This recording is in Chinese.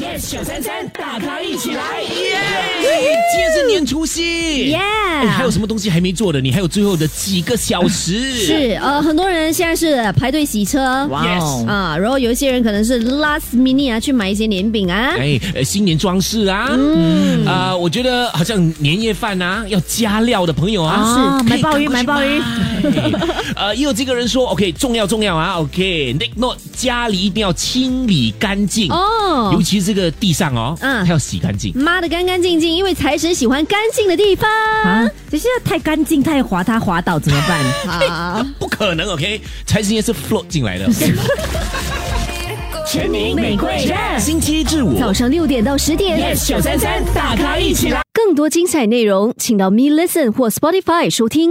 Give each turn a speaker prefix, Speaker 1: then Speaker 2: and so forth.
Speaker 1: yes 九三三，大咖一起来耶！
Speaker 2: 哎今天是年除夕，
Speaker 3: 耶
Speaker 2: 哎还有什么东西还没做的？你还有最后的几个小时，
Speaker 3: 是呃，很多人现在是排队洗车。
Speaker 2: 哇哦
Speaker 1: Yes
Speaker 3: 啊，然后有一些人可能是 last minute 啊，去买一些年饼啊，
Speaker 2: 哎，呃新年装饰啊，嗯，啊，我觉得好像年夜饭啊，要加料的朋友啊，
Speaker 3: 是
Speaker 2: 可以
Speaker 3: 哦买鲍鱼
Speaker 2: 赶快去
Speaker 3: 买
Speaker 2: 买呃，也有这个人说，OK，重要重要啊，OK，Nick Note，家里一定要清理干净
Speaker 3: 哦
Speaker 2: 尤其是这个地上哦，
Speaker 3: 嗯
Speaker 2: 它要洗干净。
Speaker 3: 抹的干干净净，因为财神喜欢干净的地方。
Speaker 1: 啊，这现在太干净太滑，他滑倒怎么办？
Speaker 3: 啊，
Speaker 2: 不可能，OK？财神爷是 float 进来的。
Speaker 1: 全民玫瑰 yes
Speaker 2: 星期一至五
Speaker 3: 早上六点到十点
Speaker 1: yes 九三三，大咖一起来。
Speaker 3: 更多精彩内容，请到 Me Listen 或 Spotify 收听。